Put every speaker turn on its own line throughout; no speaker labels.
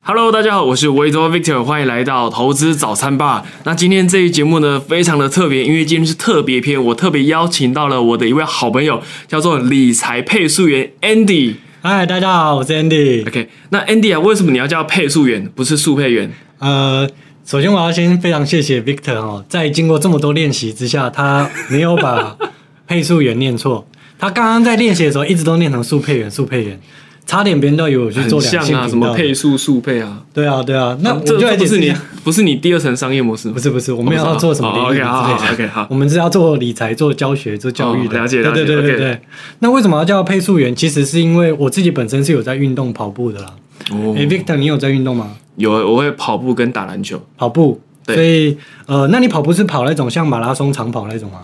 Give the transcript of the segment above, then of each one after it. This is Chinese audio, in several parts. Hello，大家好，我是维多 Victor，欢迎来到投资早餐吧。那今天这一节目呢，非常的特别，因为今天是特别篇，我特别邀请到了我的一位好朋友，叫做理财配速员 Andy。
嗨，大家好，我是 Andy。
OK，那 Andy 啊，为什么你要叫配速员，不是速配员？
呃，首先我要先非常谢谢 Victor 哦，在经过这么多练习之下，他没有 把配速员念错。他刚刚在练习的时候，一直都念成速配员，速配员，差点别人都以为我去做
很
两
像
性
啊，什
频道
么。配速、速配啊？
对啊，对啊，那我们
这
就来
这不
解
是
释一
你
下。，
不是你第二层商业模式吗？
不是不是，我们
哦不是
要
吗
做什么
哦
领域之类
OK，好好好，OK，
的
好
我们是要做理财、做教学、做教育的。
哦了解了解
对对对对
OK
对。那为什么要叫配速员？其实是因为我自己本身是有在运动跑步的啦。
哦
哎，Victor，你有在运动吗？
有，我会跑步跟打篮球。
跑步。
对
所以呃，那你跑步是跑那种像马拉松长跑那种吗？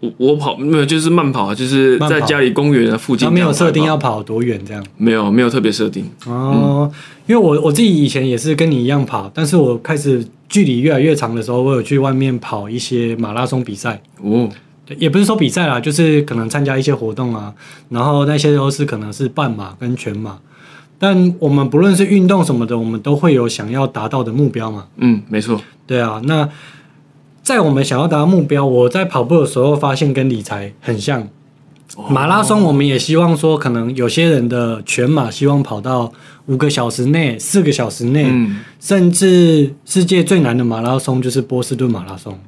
我我跑没有，就是慢跑啊，就是
慢
在
跑
家里公园的附近这样跑一跑。
他没有设定要跑多远这样。
没有没有特别设定。
哦，因为我我自己以前也是跟你一样跑，但是我开始距离越来越长的时候，我有去外面跑一些马拉松比赛。
哦，
对也不是说比赛啦，就是可能参加一些活动啊，然后那些都是可能是半马跟全马，但我们不论是运动什么的，我们都会有想要达到的目标嘛。
嗯，没错，
对啊，那在我们想要达到目标，我在跑步的时候发现跟理财很像。
哦
马拉松我们也希望说，可能有些人的全马希望跑到五个小时内、四个小时内，
嗯
甚至世界最难的马拉松就是波士顿马拉松。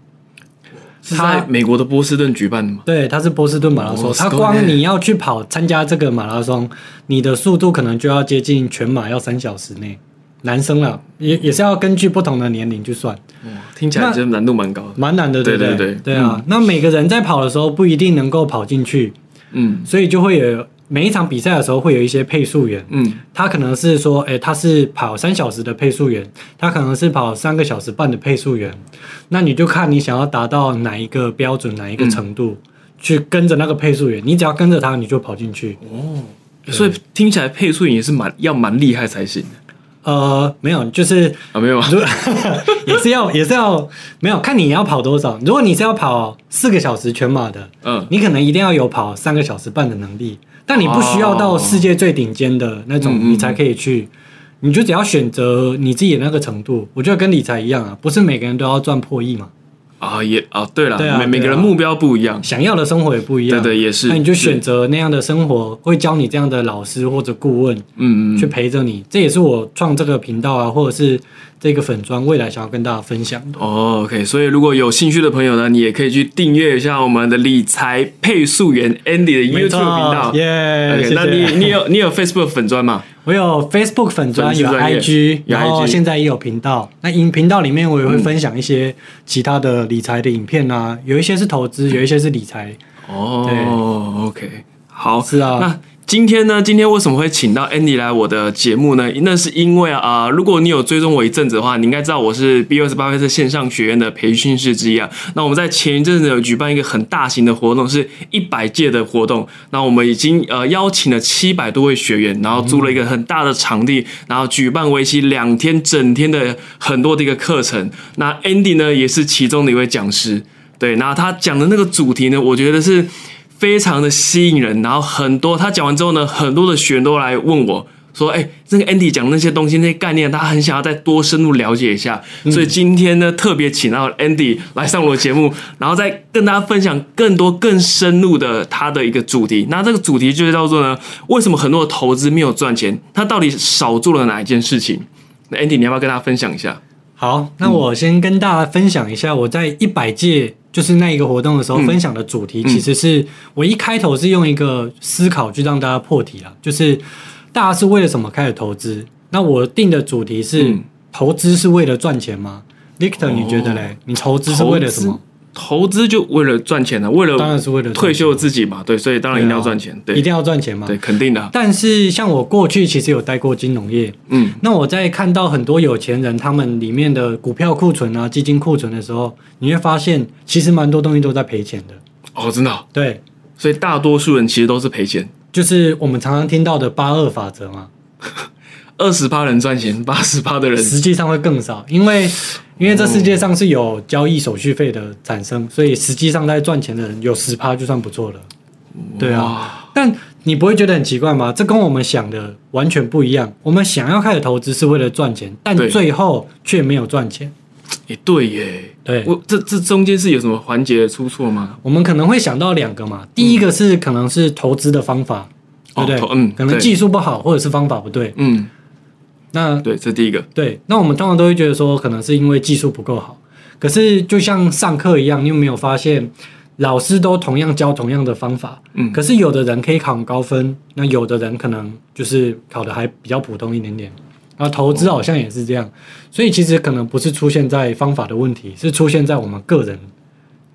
是在美国的波士顿举办的吗？
对，它是波士顿马拉松
哦，
它
是
光
的
你要去跑参加这个马拉松，你的速度可能就要接近全马要三小时内。男生了，也也是要根据不同的年龄去算。
听起来真的难度蛮高的。
蛮难的，
对
不对
对对
啊、那每个人在跑的时候不一定能够跑进去，
嗯
所以就会有每一场比赛的时候会有一些配速员，
嗯，
他可能是说，诶，他是跑三小时的配速员，他可能是跑三个小时半的配速员，那你就看你想要达到哪一个标准，哪一个程度。
嗯
去跟着那个配速员，你只要跟着他，你就跑进去。
所以听起来配速也是蛮要蛮厉害才行
呃，没有， 就是
啊，没有啊，
如也是要也是要没有看你要跑多少。如果你是要跑四个小时全马的，
嗯
你可能一定要有跑三个小时半的能力，但你不需要到世界最顶尖的那
哦
种，
嗯
你才可以去。你就只要选择你自己的那个程度，我觉得跟理财一样啊，不是每个人都要赚破亿嘛，
啊也啊，对了
对，啊
每每个
对啊
人目标不一样，
想要的生活也不一样。
对对也是
那你就选择那样的生活，会教你这样的老师或者顾问
嗯
去
嗯，
陪着你。这也是我创这个频道啊，或者是这个粉砖未来想要跟大家分享的。
哦，OK，所以如果有兴趣的朋友呢，你也可以去订阅一下我们的理财配速员 Andy 的 YouTube 频道。
耶
OK，
谢谢
那你你有你有 Facebook 粉砖吗？
我有 Facebook
粉
粉专，
丝
有
专业
IG，
有
然后
IG
现在也有频道。那影频道里面我也会分享一些其他的理财的影片啊，有一些是投资，有一些是理财。
哦，OK，好，
是啊
那今天呢？今天为什么会请到 Andy 来我的节目呢？那是因为啊、如果你有追踪我一阵子的话，你应该知道我是 B 二十八菲特线上学院的培训师之一啊。那我们在前一阵子有举办一个很大型的活动，是一百届的活动。那我们已经呃邀请了七百多位学员，然后租了一个很大的场地，然后举办为期两天整天的很多的一个课程。那 Andy 呢，也是其中的一位讲师。对，然后他讲的那个主题呢，我觉得是非常的吸引人。然后很多他讲完之后呢，很多的学员都来问我说：“哎、那个 Andy 讲那些东西那些概念，他很想要再多深入了解一下。
嗯
所以今天呢，特别请到 Andy 来上我的节目，然后再跟大家分享更多更深入的他的一个主题。那这个主题就是叫做呢，为什么很多的投资没有赚钱？他到底少做了哪一件事情？那 Andy，你要不要跟大家分享一下？
好，那我先跟大家分享一下我在一百届就是那一个活动的时候
嗯
分享的主题，其实是我一开头是用一个思考去让大家破题啦，就是大家是为了什么开始投资？那我定的主题是、
嗯哦
投资是为了赚钱吗？Victor，你觉得嘞？你投资是为了什么？
投资就为了赚钱啊的，为了
当然是为了赚钱啊
退休自己嘛，对，所以当然一定要赚钱，
一
对
定要赚钱嘛。
对，肯定的啊，
但是像我过去其实有待过金融业，
嗯，
那我在看到很多有钱人他们里面的股票库存啊、基金库存的时候，你会发现其实蛮多东西都在赔钱的。
哦，真的哦，
对，
所以大多数人其实都是赔钱，
就是我们常常听到的八二法则嘛，
二十趴人赚钱，八十趴的人
实际上会更少，因为因为这世界上是有交易手续费的产生，所以实际上在赚钱的人有十趴就算不错了。对啊，
哇，
但你不会觉得很奇怪吗？这跟我们想的完全不一样。我们想要开始投资是为了赚钱，但
对
最后却没有赚钱。
也对耶，
对，
我这这中间是有什么环节出错吗？
我们可能会想到两个嘛，第一个是可能是投资的方法，
哦
对不
投
对？
嗯
可能
对
技术不好或者是方法不对。
嗯，
那
对，这第一个，
对，那我们通常都会觉得说，可能是因为技术不够好。可是就像上课一样，你有没有发现，老师都同样教同样的方法，
嗯
可是有的人可以考很高分，那有的人可能就是考的还比较普通一点点。然后投资好像也是这样，所以其实可能不是出现在方法的问题，是出现在我们个人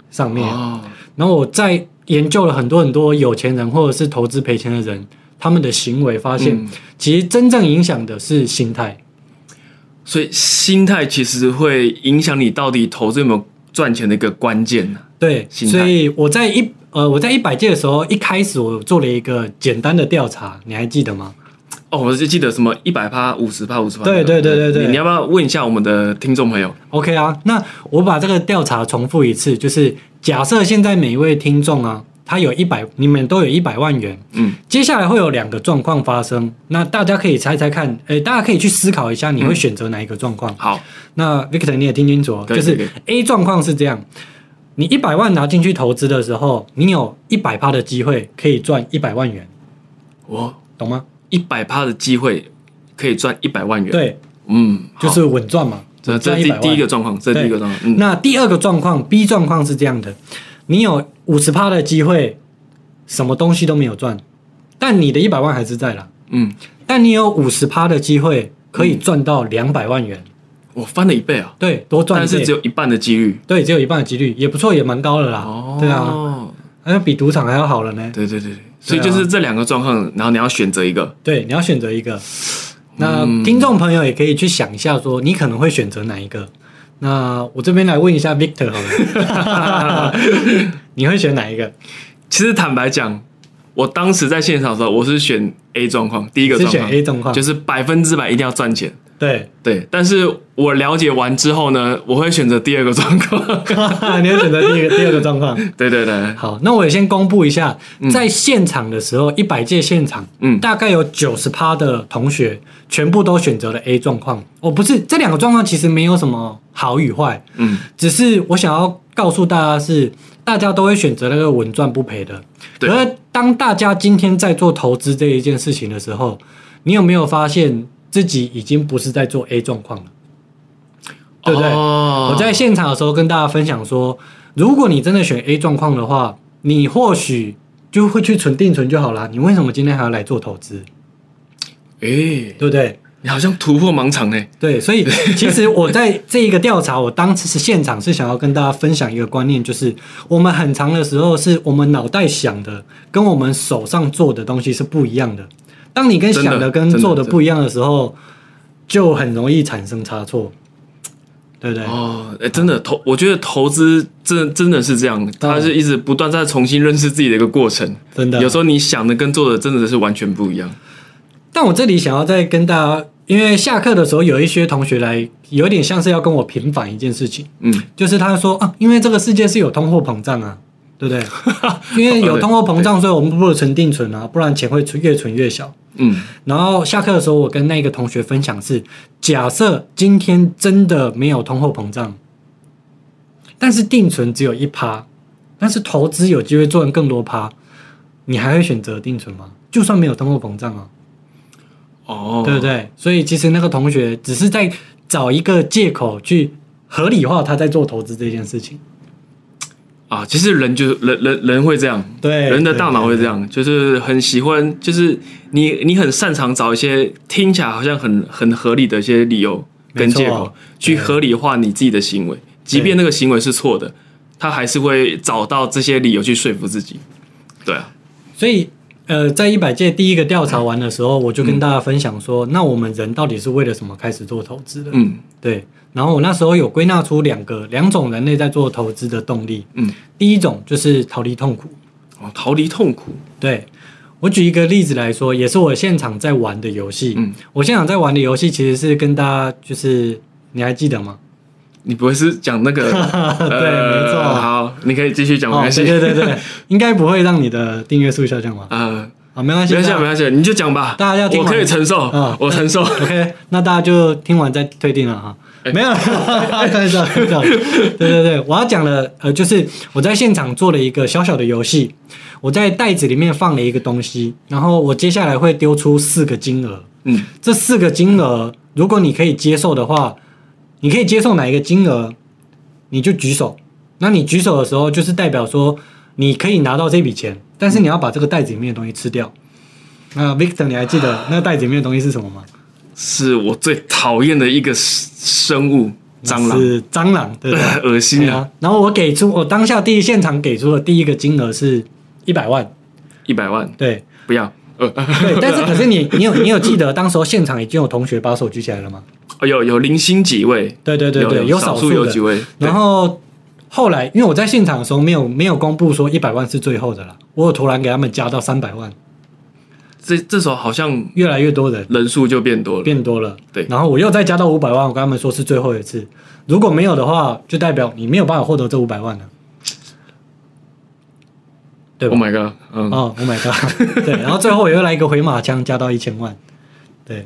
上面。
哦，
然后我在研究了很多很多有钱人或者是投资赔钱的人，他们的行为，发现、
嗯
其实真正影响的是心态。
所以心态其实会影响你到底投资有没有赚钱的一个关键啊呢、
对，
心态
所以我在一呃我在一百届的时候，一开始我做了一个简单的调查，你还记得吗？
哦，我就记得什么一百趴、五十趴、五十趴。
对对对对对
你你要不要问一下我们的听众朋友？
OK 啊，那我把这个调查重复一次，就是假设现在每一位听众啊，他有一百，你们都有一百万元，
嗯，
接下来会有两个状况发生，那大家可以猜猜看，诶，大家可以去思考一下，你
嗯
会选择哪一个状况？
好，
那 Victor 你也听清楚哦，
对
就
对
是 A 状况是这样，你一百万拿进去投资的时候，你有一百趴的机会可以赚一百万元，
我
懂吗？
一百趴的机会可以赚一百万元。，
对，
嗯，好
就是稳赚嘛，
这
稳
这
赚
第
100万
第一个状况，这第一个状况，嗯，
那第二个状况 B 状况是这样的，你有五十趴的机会，什么东西都没有赚，但你的一百万还是在啦，
嗯，
但你有五十趴的机会可以赚到两百万元，
我翻了一倍啊，
对，多赚
但
一
是
倍
只。有一半的几率。
对，只有一半的几率，也不错，也蛮高的啦。
哦，
对啊，，那比赌场还要好了呢。
对对对对，所以就是这两个状况，然后你要选择一个。
对，你要选择一个。那
嗯
听众朋友也可以去想一下，说你可能会选择哪一个。那我这边来问一下 Victor 好了， 你会选哪一个？
其实坦白讲，我当时在现场的时候，我是选 A 状况，第一个
是
状
选
况
A 状况，
就是百分之百一定要赚钱。
对，
对，但是我了解完之后呢，我会选择第二个状况。
你会选择第一个第二个状况。
对对对，
好，那我也先公布一下，在现场的时候，一百届现场，
嗯
大概有九十趴的同学全部都选择了 A 状况。哦，不是，这两个状况其实没有什么好与坏，
嗯，
只是我想要告诉大家是，大家都会选择那个稳赚不赔的。
对
可是当大家今天在做投资这一件事情的时候，你有没有发现自己已经不是在做 A 状况了？对不对？
哦、
我在现场的时候跟大家分享说，如果你真的选 A 状况的话，你或许就会去存定存就好啦。你为什么今天还要来做投资？
诶，
对不对？
你好像突破盲场呢。
对， 所以其实我在这一个调查，我当时是现场是想要跟大家分享一个观念，就是我们很长的时候是我们脑袋想的跟我们手上做的东西是不一样的。当你跟
真的
想的跟
真的
做的
真的
不一样的时候，就很容易产生差错，对不对？
哦，诶，真的投，我觉得投资真真的是这样，它是一直不断在重新认识自己的一个过程。
哦真的。
有时候你想的跟做的真的是完全不一样。
但我这里想要再跟大家，因为下课的时候有一些同学来，有点像是要跟我平反一件事情，
嗯，
就是他说啊，因为这个世界是有通货膨胀啊，对不对？ 因为有通货膨胀，所以我们不如存定存啊，不然钱会存越存越小。
嗯，
然后下课的时候，我跟那个同学分享是，假设今天真的没有通货膨胀，但是定存只有一趴，但是投资有机会赚更多趴，你还会选择定存吗？就算没有通货膨胀啊。
哦，
对不对？所以其实那个同学只是在找一个借口去合理化他在做投资这件事情。
啊，其实人就是人人人会这样，
对
人的大脑会这样，就是很喜欢，就是你你很擅长找一些听起来好像很很合理的一些理由跟
没错
借口，去
对
合理化你自己的行为，即便那个行为是错的，他还是会找到这些理由去说服自己。对啊，
所以呃，在一百届第一个调查完的时候，我就跟大家分享说，那我们人到底是为了什么开始做投资的？
嗯
对。然后我那时候有归纳出两个两种人类在做投资的动力，
嗯，
第一种就是逃离痛苦。
哦，逃离痛苦，
对我举一个例子来说，也是我现场在玩的游戏。
嗯，
我现场在玩的游戏其实是跟大家就是，你还记得吗？
你不会是讲那个？ 呃
对，没错。
好，你可以继续讲，没
哦，
关系。
对对对对，应该不会让你的订阅数下降吧？
呃，
啊，没关系，
没关系啊，
那
没关系，你就讲吧，
大家要听
我
完
可以承受
嗯，
我承受。
OK，那大家就听完再退订了哈。没有， 开玩笑，开玩笑。对对对，我要讲的呃，就是我在现场做了一个小小的游戏，我在袋子里面放了一个东西，然后我接下来会丢出四个金额，
嗯，
这四个金额如果你可以接受的话，你可以接受哪一个金额，你就举手。那你举手的时候，就是代表说你可以拿到这笔钱，但是你要把这个袋子里面的东西吃掉。那 Victor，你还记得那个袋子里面的东西是什么吗？
是我最讨厌的一个生物——蟑螂，
是蟑螂，对不对？
恶
对
心啊！
啊。然后我给出，我当下第一现场给出的第一个金额是一百万，
一百万，
对
不要。呃，
对。但是可是你，你有你有记得当时候现场已经有同学把手举起来了吗？
哦有有零星几位，
对对对对，
有少
少数
数
的。
有几位，对
然后后来，因为我在现场的时候没有没有公布说一百万是最后的啦，我有突然给他们加到三百万，
这这时候好像
越来越多人
人数就变多了，
变多了。
对
然后我又再加到五百万，我跟他们说是最后一次，如果没有的话，就代表你没有办法获得这五百万了。对啊
Oh
吧？
my god！嗯，
哦，Oh my god！对， 然后最后我又来一个回马枪，加到一千万。对，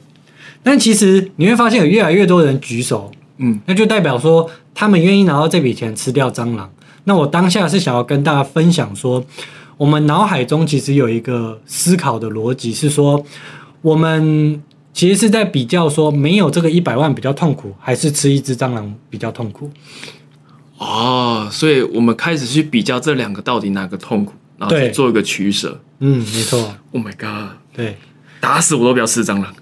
但其实你会发现有越来越多人举手，
嗯，
那就代表说他们愿意拿到这笔钱吃掉蟑螂。那我当下是想要跟大家分享说，我们脑海中其实有一个思考的逻辑是说，我们其实是在比较说，没有这个一百万比较痛苦，还是吃一只蟑螂比较痛苦？
哦，所以我们开始去比较这两个到底哪个痛苦，然后去
对
做一个取舍。
嗯，没错，
Oh my god！
对，
打死我都不要吃蟑螂。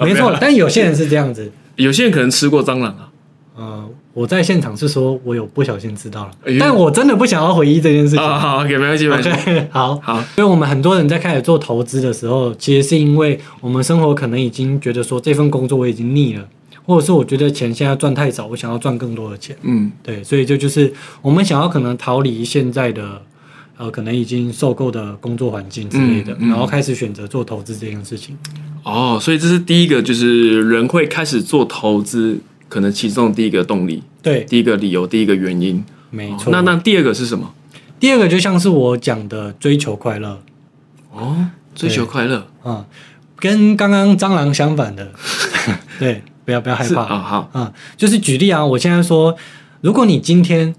没错。但有些人是这样子，
有些人可能吃过蟑螂啊，
呃，我在现场是说我有不小心知道了
哎呦，
但我真的不想要回忆这件事情。
啊，好，OK，没关系，没关系。
OK，好。
好，
所以，我们很多人在开始做投资的时候，其实是因为我们生活可能已经觉得说这份工作我已经腻了，或者是我觉得钱现在赚太少，我想要赚更多的钱。
嗯，
对，所以这就是我们想要可能逃离现在的，呃，可能已经受够的工作环境之类的，
嗯嗯
然后开始选择做投资这件事情。
哦，所以这是第一个，就是人会开始做投资，可能其中第一个动力、
对，
第一个理由、第一个原因。
没
哦
错。
那那第二个是什么？
第二个就像是我讲的追求快乐
哦，追求快乐
啊、跟刚刚蟑螂相反的， 对，不要不要害
是
怕。
啊，好，
啊、就是举例啊，我现在说，如果你今天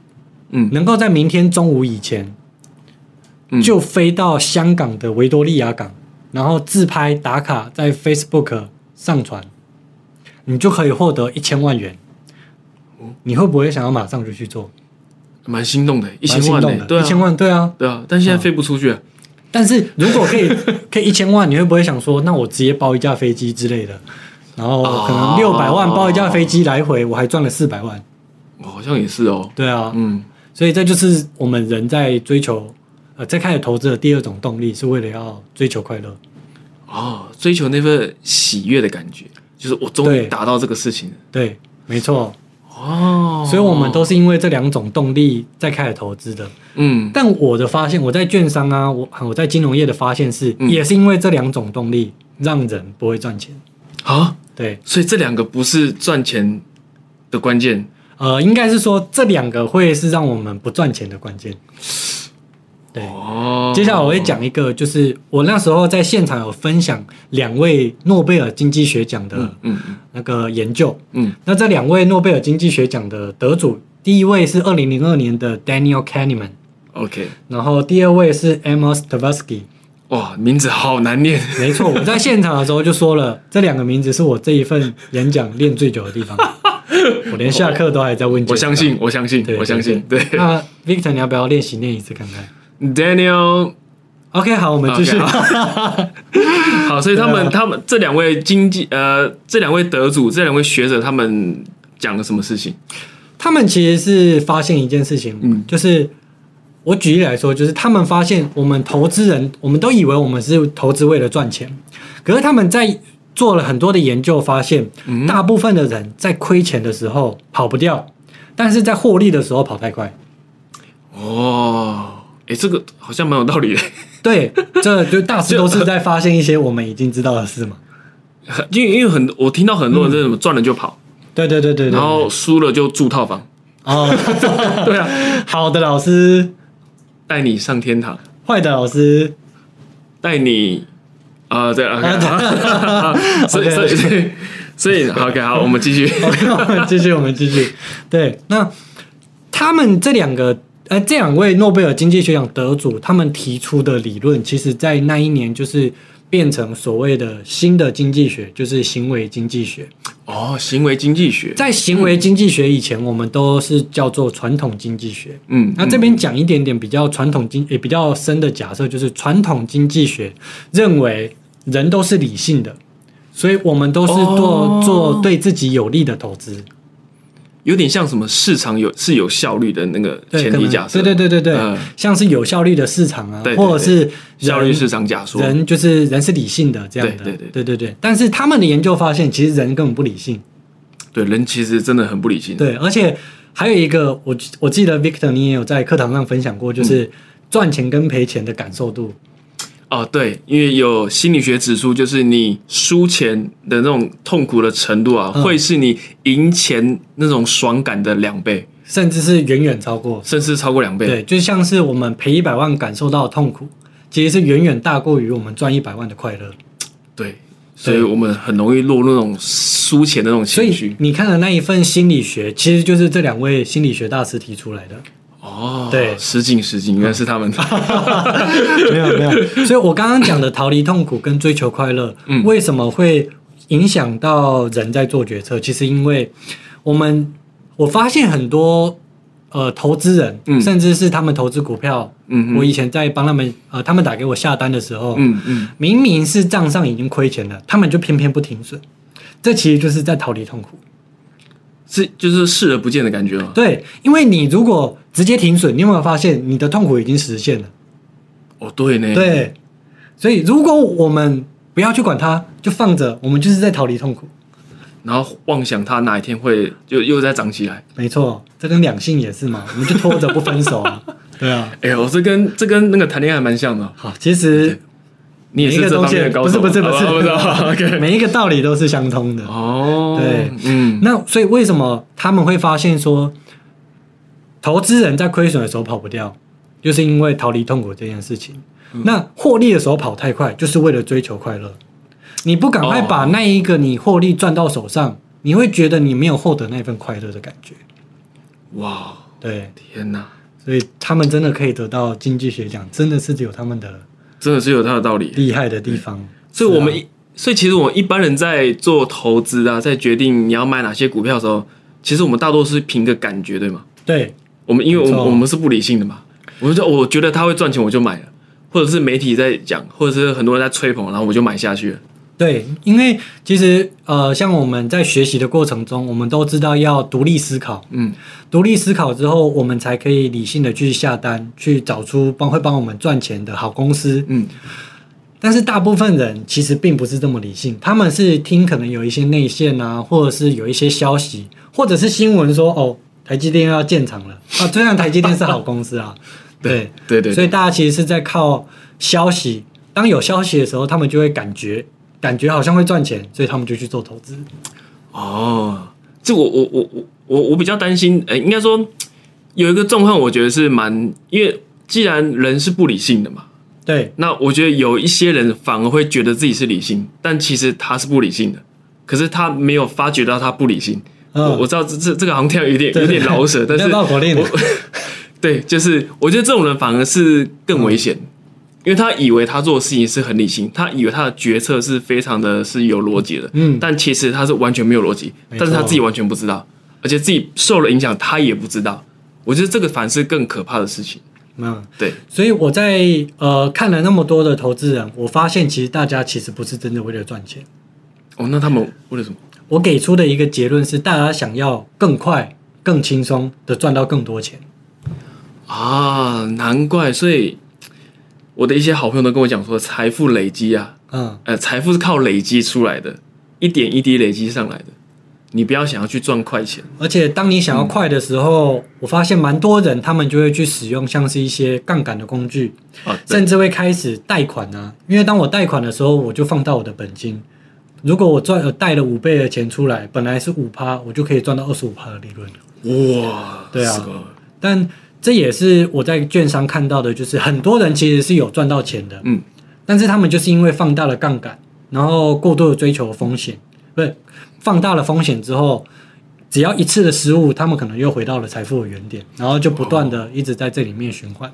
嗯
能够在明天中午以前，
嗯
就飞到香港的维多利亚港，然后自拍打卡在 Facebook 上传，你就可以获得一千万元。
哦
你会不会想要马上就去做？
蛮心动的，一
蛮
千
心
万
动
呢？
的，
对
一千
啊，
万，对啊。
对啊，但现在飞不出去啊。
但是如果可以，可以一千万，你会不会想说，那我直接包一架飞机之类的，然后
啊
可能六百万包一架飞机来回，我还赚了四百万。
哦好像也是哦。
对啊，
嗯，
所以这就是我们人在追求，呃，在开始投资的第二种动力，是为了要追求快乐。
哦，追求那份喜悦的感觉，就是我终于
对
达到这个事情了。
对，没错。
哦，
所以我们都是因为这两种动力在开始投资的。
嗯
但我的发现，我在券商啊，我我在金融业的发现是，
嗯
也是因为这两种动力让人不会赚钱。
啊，
对，
所以这两个不是赚钱的关键
呃，应该是说这两个会是让我们不赚钱的关键。对，
哦。
接下来我会讲一个，就是我那时候在现场有分享两位诺贝尔经济学奖的
嗯嗯
那个研究。
嗯
那这两位诺贝尔经济学奖的得主，第一位是2002年的 Daniel Kahneman，
，OK，
然后第二位是 Amos Tversky。
哇，名字好难 念。
没错，我在现场的时候就说了，这两个名字是我这一份演讲练最久 的地方。我连下课都还在问。
我相。信，我相信
对，
我相信。对
对那 Victor，你要不要练习念一次看看
，Daniel，
？OK，好，我们继续。
好，所以他们
对啊
他们这两位经济呃，这两位得主，这两位学者，他们讲了什么事情？
他们其实是发现一件事情，
嗯
就是我举例来说，就是他们发现我们投资人，我们都以为我们是投资为了赚钱，可是他们在做了很多的研究，发现
嗯
大部分的人在亏钱的时候跑不掉，但是在获利的时候跑太快。
哦，诶，这个好像蛮有道理的。
对，这就大师都是在发现一些我们已经知道的事嘛。
因为因为很，我听到很多人是什么赚了就跑，
对对对嗯对对。
然后输了就住套房，
哦，
对 啊，
好的老师，
带你上天堂。
坏的老师，
带你啊，对 啊， 所以所以所以所以 OK 好，我们继续。
OK，我们 继续，我们继续。对，那他们这两个呃，这两位诺贝尔经济学奖得主，他们提出的理论，其实在那一年就是变成所谓的新的经济学，就是行为经济学。
哦，行为经济学，
在行为经济学以前，我们都是叫做传统经济学。
嗯，
那这边讲一点点比较传统经也比较深的假设，就是传统经济学认为人都是理性的，所以我们都是做
哦
做对自己有利的投资。
有点像什么市场有是有效率的那个
对
前
可
提
能
假设，
对对对对对，
嗯
像是有效率的市场啊，
对对
或者是
效率
人
市场假说，
人就是人是理性的这样的，
对对对
对对对但是他们的研究发现，其实人根本不理性。
对人其实真的很不理性。
对，而且还有一个，我我记得 Victor 你也有在课堂上分享过，就是赚钱跟赔钱的感受度。
哦，对，因为有心理学指出，就是你输钱的那种痛苦的程度啊，
嗯
会是你赢钱那种爽感的两倍，
甚至是远远超过。
甚至超过两倍。
对，就像是我们赔一百万感受到的痛苦，其实是远远大过于我们赚一百万的快乐。
对，所以我们很容易落入那种输钱的那种
所
情
以
绪。
你看的那一份心理学，其实就是这两位心理学大师提出来的。
哦，
对
失敬失敬，原来是他 们。
没有没有，所以我刚刚讲的逃离痛苦跟追求快乐，
嗯
为什么会影响到人在做决策？其实因为我们我发现很多呃投资人，
嗯
甚至是他们投资股票，
嗯
我以前在帮他们呃，他们打给我下单的时候，
嗯嗯，
明明是账上已经亏钱了，他们就偏偏不停损，这其实就是在逃离痛苦。
是就是视而不见的感觉吗？
对，因为你如果直接停损，你有没有发现你的痛苦已经实现了？
哦，对呢，，
对，所以如果我们不要去管它，就放着，我们就是在逃离痛苦。
然后妄想它哪一天会又又再涨起来。
没错，这跟两性也是嘛，我们就拖着不分手啊。对啊，
哎呦，这跟这跟那个谈恋爱蛮像的哦，
好，其实
你也
每一
是
个
这
东
方
西
面的高手，
不是不是不是
哦不是 哦，OK，
每一个道理都是相通的。
哦，
对
嗯，
那所以为什么他们会发现说，投资人在亏损的时候跑不掉，就是因为逃离痛苦这件事情。那获利的时候跑太快，就是为了追求快乐。你不赶快
哦
把那一个你获利赚到手上，你会觉得你没有获得那份快乐的感觉。
哇，
对，
天哪，
所以他们真的可以得到经济学奖，真的是有他们的
真的是有它的道理。
厉害的地方。
嗯所以我们
是啊
一，所以其实我们一般人在做投资啊，在决定你要买哪些股票的时候，其实我们大多是凭个感觉，对吗？
对
我们因为我
没
们
错
我们是不理性的嘛，我们就我觉得他会赚钱，我就买了。或者是媒体在讲，或者是很多人在吹捧，然后我就买下去了。
对，因为其实呃，像我们在学习的过程中，我们都知道要独立思考，
嗯，
独立思考之后，我们才可以理性的去下单，去找出帮会帮我们赚钱的好公司。
嗯，
但是大部分人其实并不是这么理性，他们是听可能有一些内线啊，或者是有一些消息，或者是新闻说哦，台积电要建厂了啊，虽然台积电是好公司啊，对
对对
所
对，
以大家其实是在靠消息，当有消息的时候，他们就会感觉感觉好像会赚钱，所以他们就去做投资。
哦，这我我我我我我比较担心，呃，应该说有一个状况，我觉得是蛮，因为既然人是不理性的嘛，
对
那我觉得有一些人反而会觉得自己是理性，但其实他是不理性的，可是他没有发觉到他不理性。
嗯
我我知道这这这个好像跳有点
对
有点老舍，但是
绕口令
我对，就是我觉得这种人反而是更危险，因为他以为他做的事情是很理性，他以为他的决策是非常的是有逻辑的，
嗯
但其实他是完全没有逻辑，
没
但
错
是他自己完全不知道，而且自己受了影响，他也不知道。我觉得这个反而是更可怕的事情。
嗯，
对，
所以我在呃看了那么多的投资人，我发现其实大家其实不是真的为了赚钱。
哦，那他们为了什么？
我给出的一个结论是，大家想要更快、更轻松的赚到更多钱。
啊，难怪，所以我的一些好朋友都跟我讲说，财富累积啊，
嗯，
呃，财富是靠累积出来的，一点一滴累积上来的。你不要想要去赚快钱，
而且当你想要快的时候，我发现蛮多人他们就会去使用像是一些杠杆的工具，
啊，对
甚至会开始贷款啊。因为当我贷款的时候，我就放到我的本金。如果我赚呃贷了五倍的钱出来，本来是五趴，我就可以赚到二十五趴的利润。
哇，
对啊
是个
但这也是我在券商看到的，就是很多人其实是有赚到钱的，
嗯，
但是他们就是因为放大了杠杆，然后过度的追求风险，不是放大了风险之后，只要一次的失误，他们可能又回到了财富的原点，然后就不断
哦
的一直在这里面循环。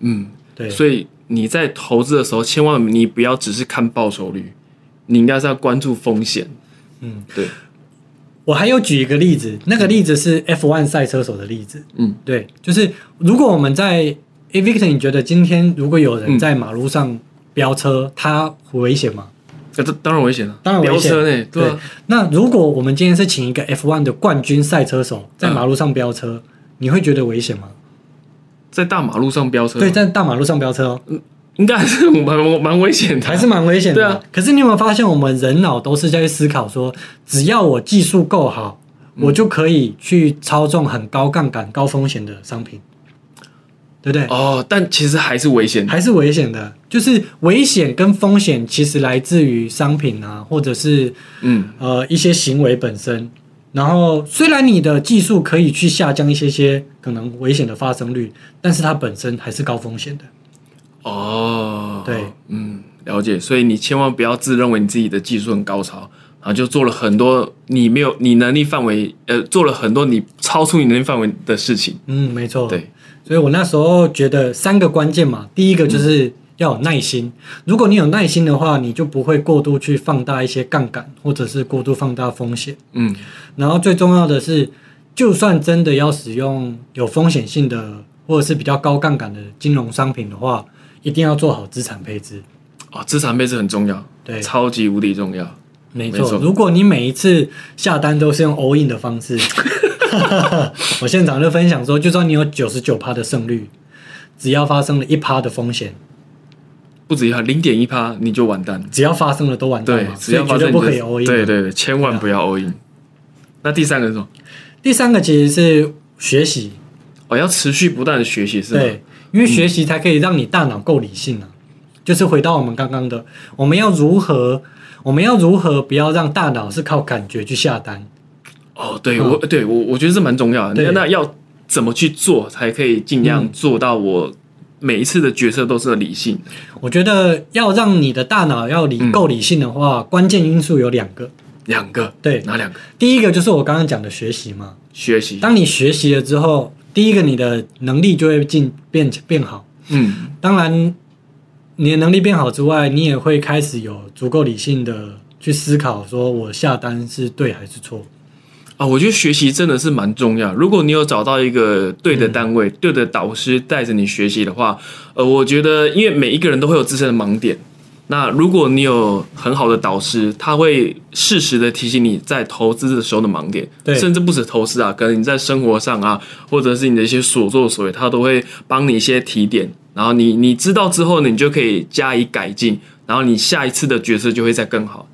嗯，
对，
所以你在投资的时候，千万你不要只是看报酬率，你应该是要关注风险。
嗯，
对，
我还有举一个例子，那个例子是 F1 赛车手的例子。
嗯，
对，就是如果我们在 A Victor，你觉得今天如果有人在马路上飙车，他危险吗？
那、这当然危险了，啊
当然危险
飙车呢，对啊，
那如果我们今天是请一个 F1 的冠军赛车手
嗯
在马路上飙车，你会觉得危险吗？
在大马路上飙车，
对，，在大马路上飙车哦、
应该还是蛮蛮蛮危险的，
还是蛮危险的。
对啊
可是你有没有发现，我们人脑都是在思考说，只要我技术够好，
嗯
我就可以去操纵很高杠杆、高风险的商品，对不对？
哦，但其实还是危险的。
还是危险的，就是危险跟风险其实来自于商品啊，或者是
嗯，
呃一些行为本身。然后虽然你的技术可以去下降一些些可能危险的发生率，但是它本身还是高风险的。
哦，
对，
嗯，了解。所以你千万不要自认为你自己的技术很高超，然后就做了很多你没有你能力范围，呃，做了很多你超出你能力范围的事情。
嗯，没错。
对，
所以我那时候觉得三个关键嘛，第一个就是要有耐心。如果你有耐心的话，你就不会过度去放大一些杠杆，或者是过度放大风险。
嗯，
然后最重要的是，就算真的要使用有风险性的或者是比较高杠杆的金融商品的话，一定要做好资产配置。
哦，资产配置很重要，
对
超级无敌重要。
没
没
错，
错
如果你每一次下单都是用 all in 的方式， 我现场就分享说，就算你有九十九趴的胜率，只要发生了一趴的风险，
不止一下零点一趴你就完蛋，
只要发生了都完蛋
对
嘛，，
只要
哦所
发
以绝
生你
对不
就
可以 all in。啊
对对对，千万不要 all in。那第三个是什么？
第三个其实是学习，
哦，要持续不断的学习是吗？
对，因为学习才可以让你大脑够理性啊。就是回到我们刚刚的，我们要如何，我们要如何不要让大脑是靠感觉去下单？
哦，对、
嗯
我，对我，我觉得这蛮重要的。那
对嗯
那要怎么去做，才可以尽量做到我每一次的决策都是理性的？
我觉得要让你的大脑要
嗯
理够理性的话，关键因素有两个。
两个，
对
哪两个？
第一个就是我刚刚讲的学习嘛，
学习，
当你学习了之后，第一个你的能力就会进变变好，
嗯，
当然，你的能力变好之外，你也会开始有足够理性的去思考，说我下单是对还是错。
啊、我觉得学习真的是蛮重要。如果你有找到一个对的单位、对的导师带着你学习的话，呃，我觉得因为每一个人都会有自身的盲点。那如果你有很好的导师，他会适时的提醒你在投资的时候的盲点，
对
甚至不止投资啊，可能你在生活上啊，或者是你的一些所作所为，他都会帮你一些提点。然后你你知道之后呢，你就可以加以改进，然后你下一次的决策就会再更好，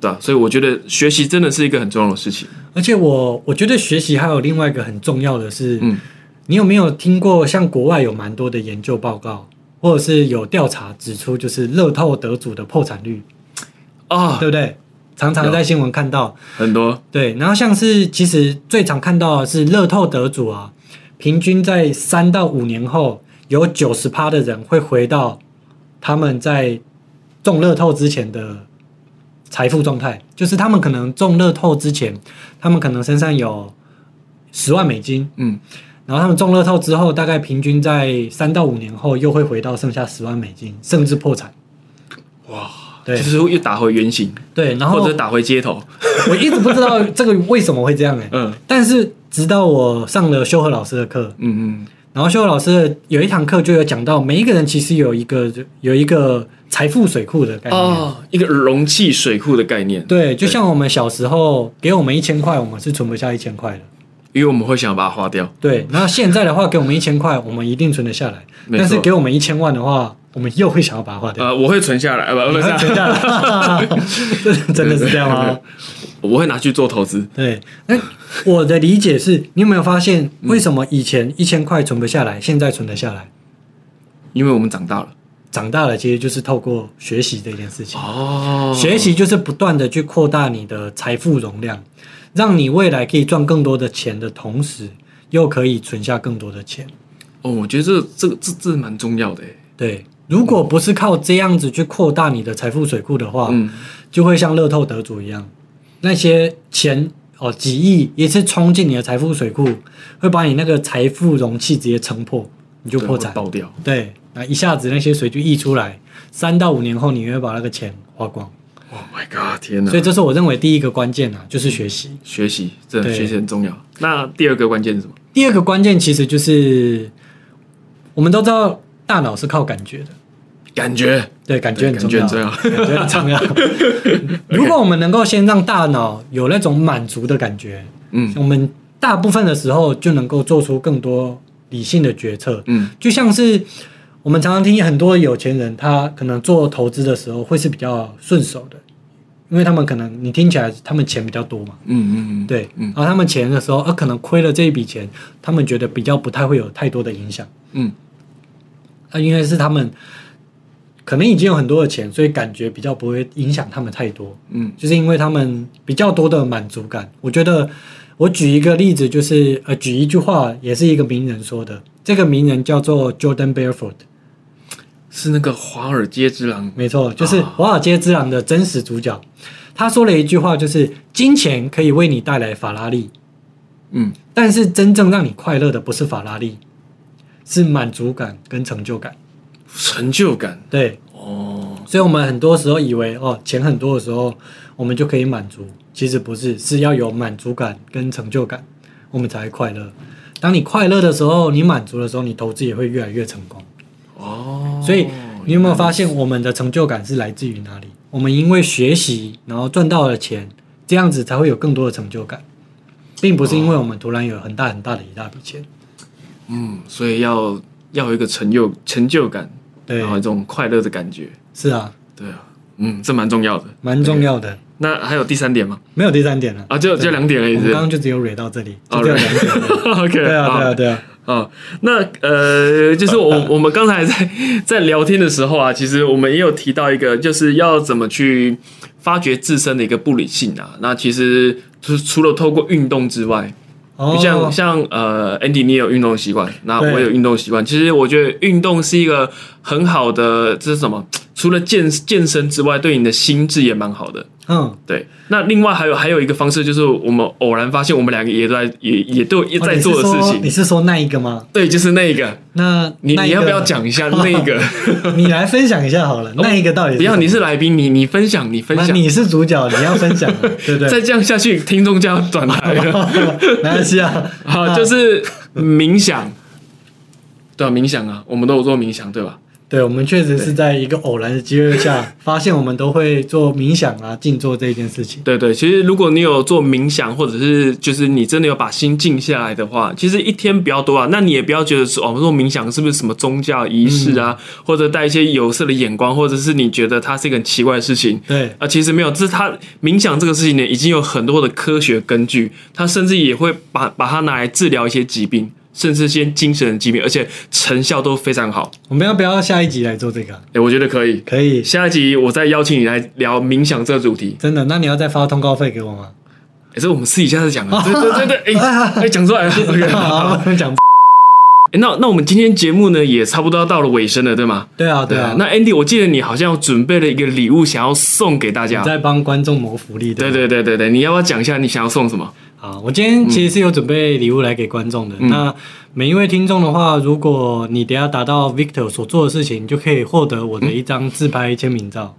对吧、啊所以我觉得学习真的是一个很重要的事情。
而且我我觉得学习还有另外一个很重要的是，
嗯
你有没有听过像国外有蛮多的研究报告，或者是有调查指出，就是乐透得主的破产率，
啊、
对不对？常常
有
在新闻看到，
很多
对，然后像是其实最常看到的是乐透得主啊，平均在三到五年后，有九十趴的人会回到他们在中乐透之前的财富状态，就是他们可能中乐透之前，他们可能身上有十万美金，
嗯，
然后他们中乐透之后，大概平均在三到五年后又会回到剩下十万美金，甚至破产。
哇，
对
就是又打回原形，
对，然后
或者打回街头，
我一直不知道这个为什么会这样哎、
嗯
但是直到我上了修和老师的课，
嗯嗯，
然后修和老师有一堂课就有讲到，每一个人其实有一个有一个财富水库的概念。
哦，一个容器水库的概念，，
对，就像我们小时候给我们一千块，我们是存不下一千块的。
因为我们会想把它花掉，
对，那现在的话，给我们一千块，我们一定存得下来。
嗯没错
但是给我们一千万的话，我们又会想要把它花掉。
呃，我会存下来，呃，不
你
不
会
是，
存下来， 真的是这样吗？
我会拿去做投资，
对，那我的理解是，你有没有发现为什么以前一千块存不下来，现在存得下来？
因为我们长大了，
长大了其实就是透过学习这件事情，
哦
学习就是不断的去扩大你的财富容量，让你未来可以赚更多的钱的同时，又可以存下更多的钱。
哦，我觉得这这这这蛮重要的耶，
对，如果不是靠这样子去扩大你的财富水库的话，
嗯
就会像乐透得主一样，那些钱哦几亿一次冲进你的财富水库，会把你那个财富容器直接撑破，你就
对
破
会
产。
爆掉。
对，那一下子那些水就溢出来，三到五年后你会把那个钱花光。
Oh my god！天哪
所以！这是我认为第一个关键啊，就是学习。
学习，这
对
学习很重要。那第二个关键是什么？
第二个关键其实就是，我们都知道大脑是靠感觉的，
感觉，
对，感觉很重
对
要，
感觉很
感觉很重要。 如果我们能够先让大脑有那种满足的感觉，
嗯
我们大部分的时候就能够做出更多理性的决策。
嗯
就像是我们常常听很多有钱人，他可能做投资的时候会是比较顺手的，因为他们可能你听起来他们钱比较多嘛，
嗯嗯嗯，
对，
嗯
然后他们钱的时候，呃，可能亏了这一笔钱，他们觉得比较不太会有太多的影响，
嗯
那啊因为是他们可能已经有很多的钱，所以感觉比较不会影响他们太多，
嗯
就是因为他们比较多的满足感。我觉得我举一个例子，就是呃，举一句话，也是一个名人说的，这个名人叫做 Jordan Belfort。
是那个华尔街之狼。
没错，就是《
啊
华尔街之狼》的真实主角。他说了一句话，就是金钱可以为你带来法拉利，
嗯
但是真正让你快乐的不是法拉利，是满足感跟成就感。
成就感
对，
哦，
所以我们很多时候以为哦，钱很多的时候，我们就可以满足，其实不是，是要有满足感跟成就感，我们才会快乐。当你快乐的时候，你满足的时候，你投资也会越来越成功。
哦，
所以你有没有发现，我们的成就感是来自于哪里？我们因为学习，然后赚到了钱，这样子才会有更多的成就感，并不是因为我们突然有很大很大的一大笔钱。
嗯，所以要要有一个成就成就感，
对
然，后这种快乐的感觉，
是啊，
对啊，嗯，这蛮重要的。
蛮重要的。
那还有第三点吗？
没有第三点了，
啊，就就两点了，
我
已
们
经
刚。刚就只有蕊到这里，
哦
就只有两点 了。
OK，
对啊，
好
对啊，对啊，
啊，那呃，就是我我们刚才在 在聊天的时候啊，其实我们也有提到一个，就是要怎么去发掘自身的一个不理性啊。那其实除除了透过运动之外，
哦，
像像呃，Andy，你也有运动习惯，那我
对
也有运动习惯。其实我觉得运动是一个很好的，这是什么？除了健健身之外，对你的心智也蛮好的。
嗯，
对，那另外还有还有一个方式，就是我们偶然发现我们两个也都在也也都也
哦
在
你是
做的事
说
情。
你是说那一个吗？
对，就是那一个，
那
你
那
你
一
要
个
不要？讲一下那个？
你来分享一下好了，那一个到底是
不要，
什么
你是来宾，你你分享，你分
那
享。
你是主角，你要分享 了，对不对？
再这样下去，听众就要转台 了。
没关 系啊，
好，就是冥想，对啊，冥想啊，我们都有做冥想，对吧？
对，我们确实是在一个偶然的机会下，发现我们都会做冥想啊、静坐这一件事情。
对对，其实如果你有做冥想，或者是就是你真的有把心静下来的话，其实一天不要多啊。那你也不要觉得说哦，做冥想是不是什么宗教仪式啊，或者带一些有色的眼光，或者是你觉得它是一个很奇怪的事情。
对，
啊，其实没有，这是它冥想这个事情呢，已经有很多的科学根据，它甚至也会把把它拿来治疗一些疾病，甚至一些精神的疾病，而且成效都非常好。
我们要不要下一集来做这个啊？
哎，我觉得可以。
可以，
下一集我再邀请你来聊冥想这个主题。
真的？那你要再发通告费给我吗？
哎，这我们私底下再讲啊。对对对对， 哎哎，讲出来了。OK，好
好，讲。
哎那那我们今天节目呢也差不多要到了尾声了，对吗？
对啊，对啊，
那 Andy，我记得你好像准备了一个礼物想要送给大家
你。在帮观众谋福利，
对
对吧
对对对对，你要不要讲一下你想要送什么？
好，我今天其实是有准备礼物来给观众的。那每一位听众的话，如果你等一下达到 Victor 所做的事情，你就可以获得我的一张自拍签名 照。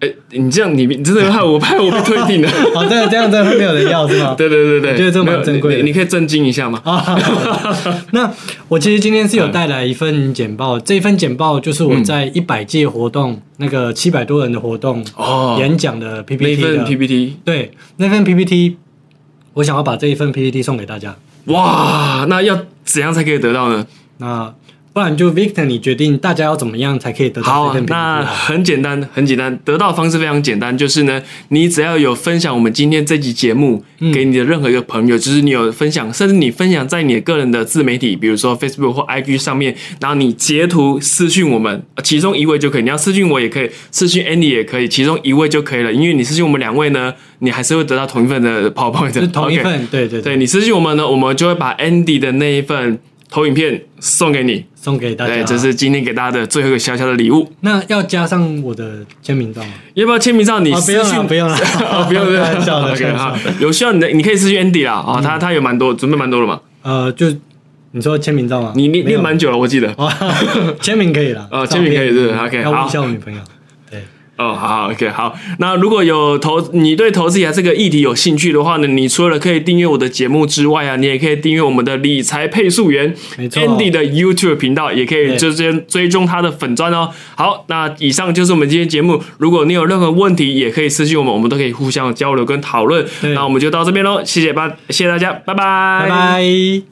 哎、你这样你你真的害我害我被推定了。
好，哦这样这样这样会没有人要是 吗？哦
对对对对，
我觉得这蛮珍贵
没
的
有你你可以震惊一下吗？
啊， 那我其实今天是有带来一份简报，这一份简报就是我在一百届活动、那个七百多人的活动、
哦，
演讲的
那一
PPT
份
的，
PPT，
对那份 PPT，我想要把这一份 PPT 送给大家。
哇，那要怎样才可以得到呢？
那不然就 Victor 你决定大家要怎么样才可以得
好
到这
啊
份，
那
PPT？
很简单，很简单，得到的方式非常简单，就是呢，你只要有分享我们今天这集节目给你的任何一个朋友，就是你有分享，甚至你分享在你的个人的自媒体，比如说 Facebook 或 IG 上面，然后你截图私讯我们，呃其中一位就可以，你要私讯我也可以，私讯 Andy 也可以，其中一位就可以了，因为你私讯我们两位呢，你还是会得到呃同一份的 PowerPoint，
是同一
OK
份对对对
对你私信我们呢，我们就会把 Andy 的那一份投影片送给你。
送给大家。
对，这是今天给大家的最后一个小小的礼物。
那要加上我的签名照吗？
要不要签名照？你
啊，不
私
用
讯，
了，不用了
哦，不用不用
开玩笑的，开嗯
，OK
玩
好
笑。，
有需要你的，你可以私讯 Andy 啦啊，他他有蛮多准备蛮多了嘛，
呃，就你说签名照吗？
你练
没有
练蛮久了，我记得。
哇， 签名可以了
啊签名可以是不是？OK，
要问一
好
下我女朋友。对，
哦，好好，OK，好。那如果有投你对投资理财这个议题有兴趣的话呢，你除了可以订阅我的节目之外啊，你也可以订阅我们的理财配速员
没错
Andy 的 YouTube 频道，也可以
对
直接追踪他的粉砖哦。好，那以上就是我们今天节目。如果你有任何问题，也可以私信我们，我们都可以互相交流跟讨论。
对
那我们就到这边喽，谢谢吧，谢谢大家，拜拜，
拜拜。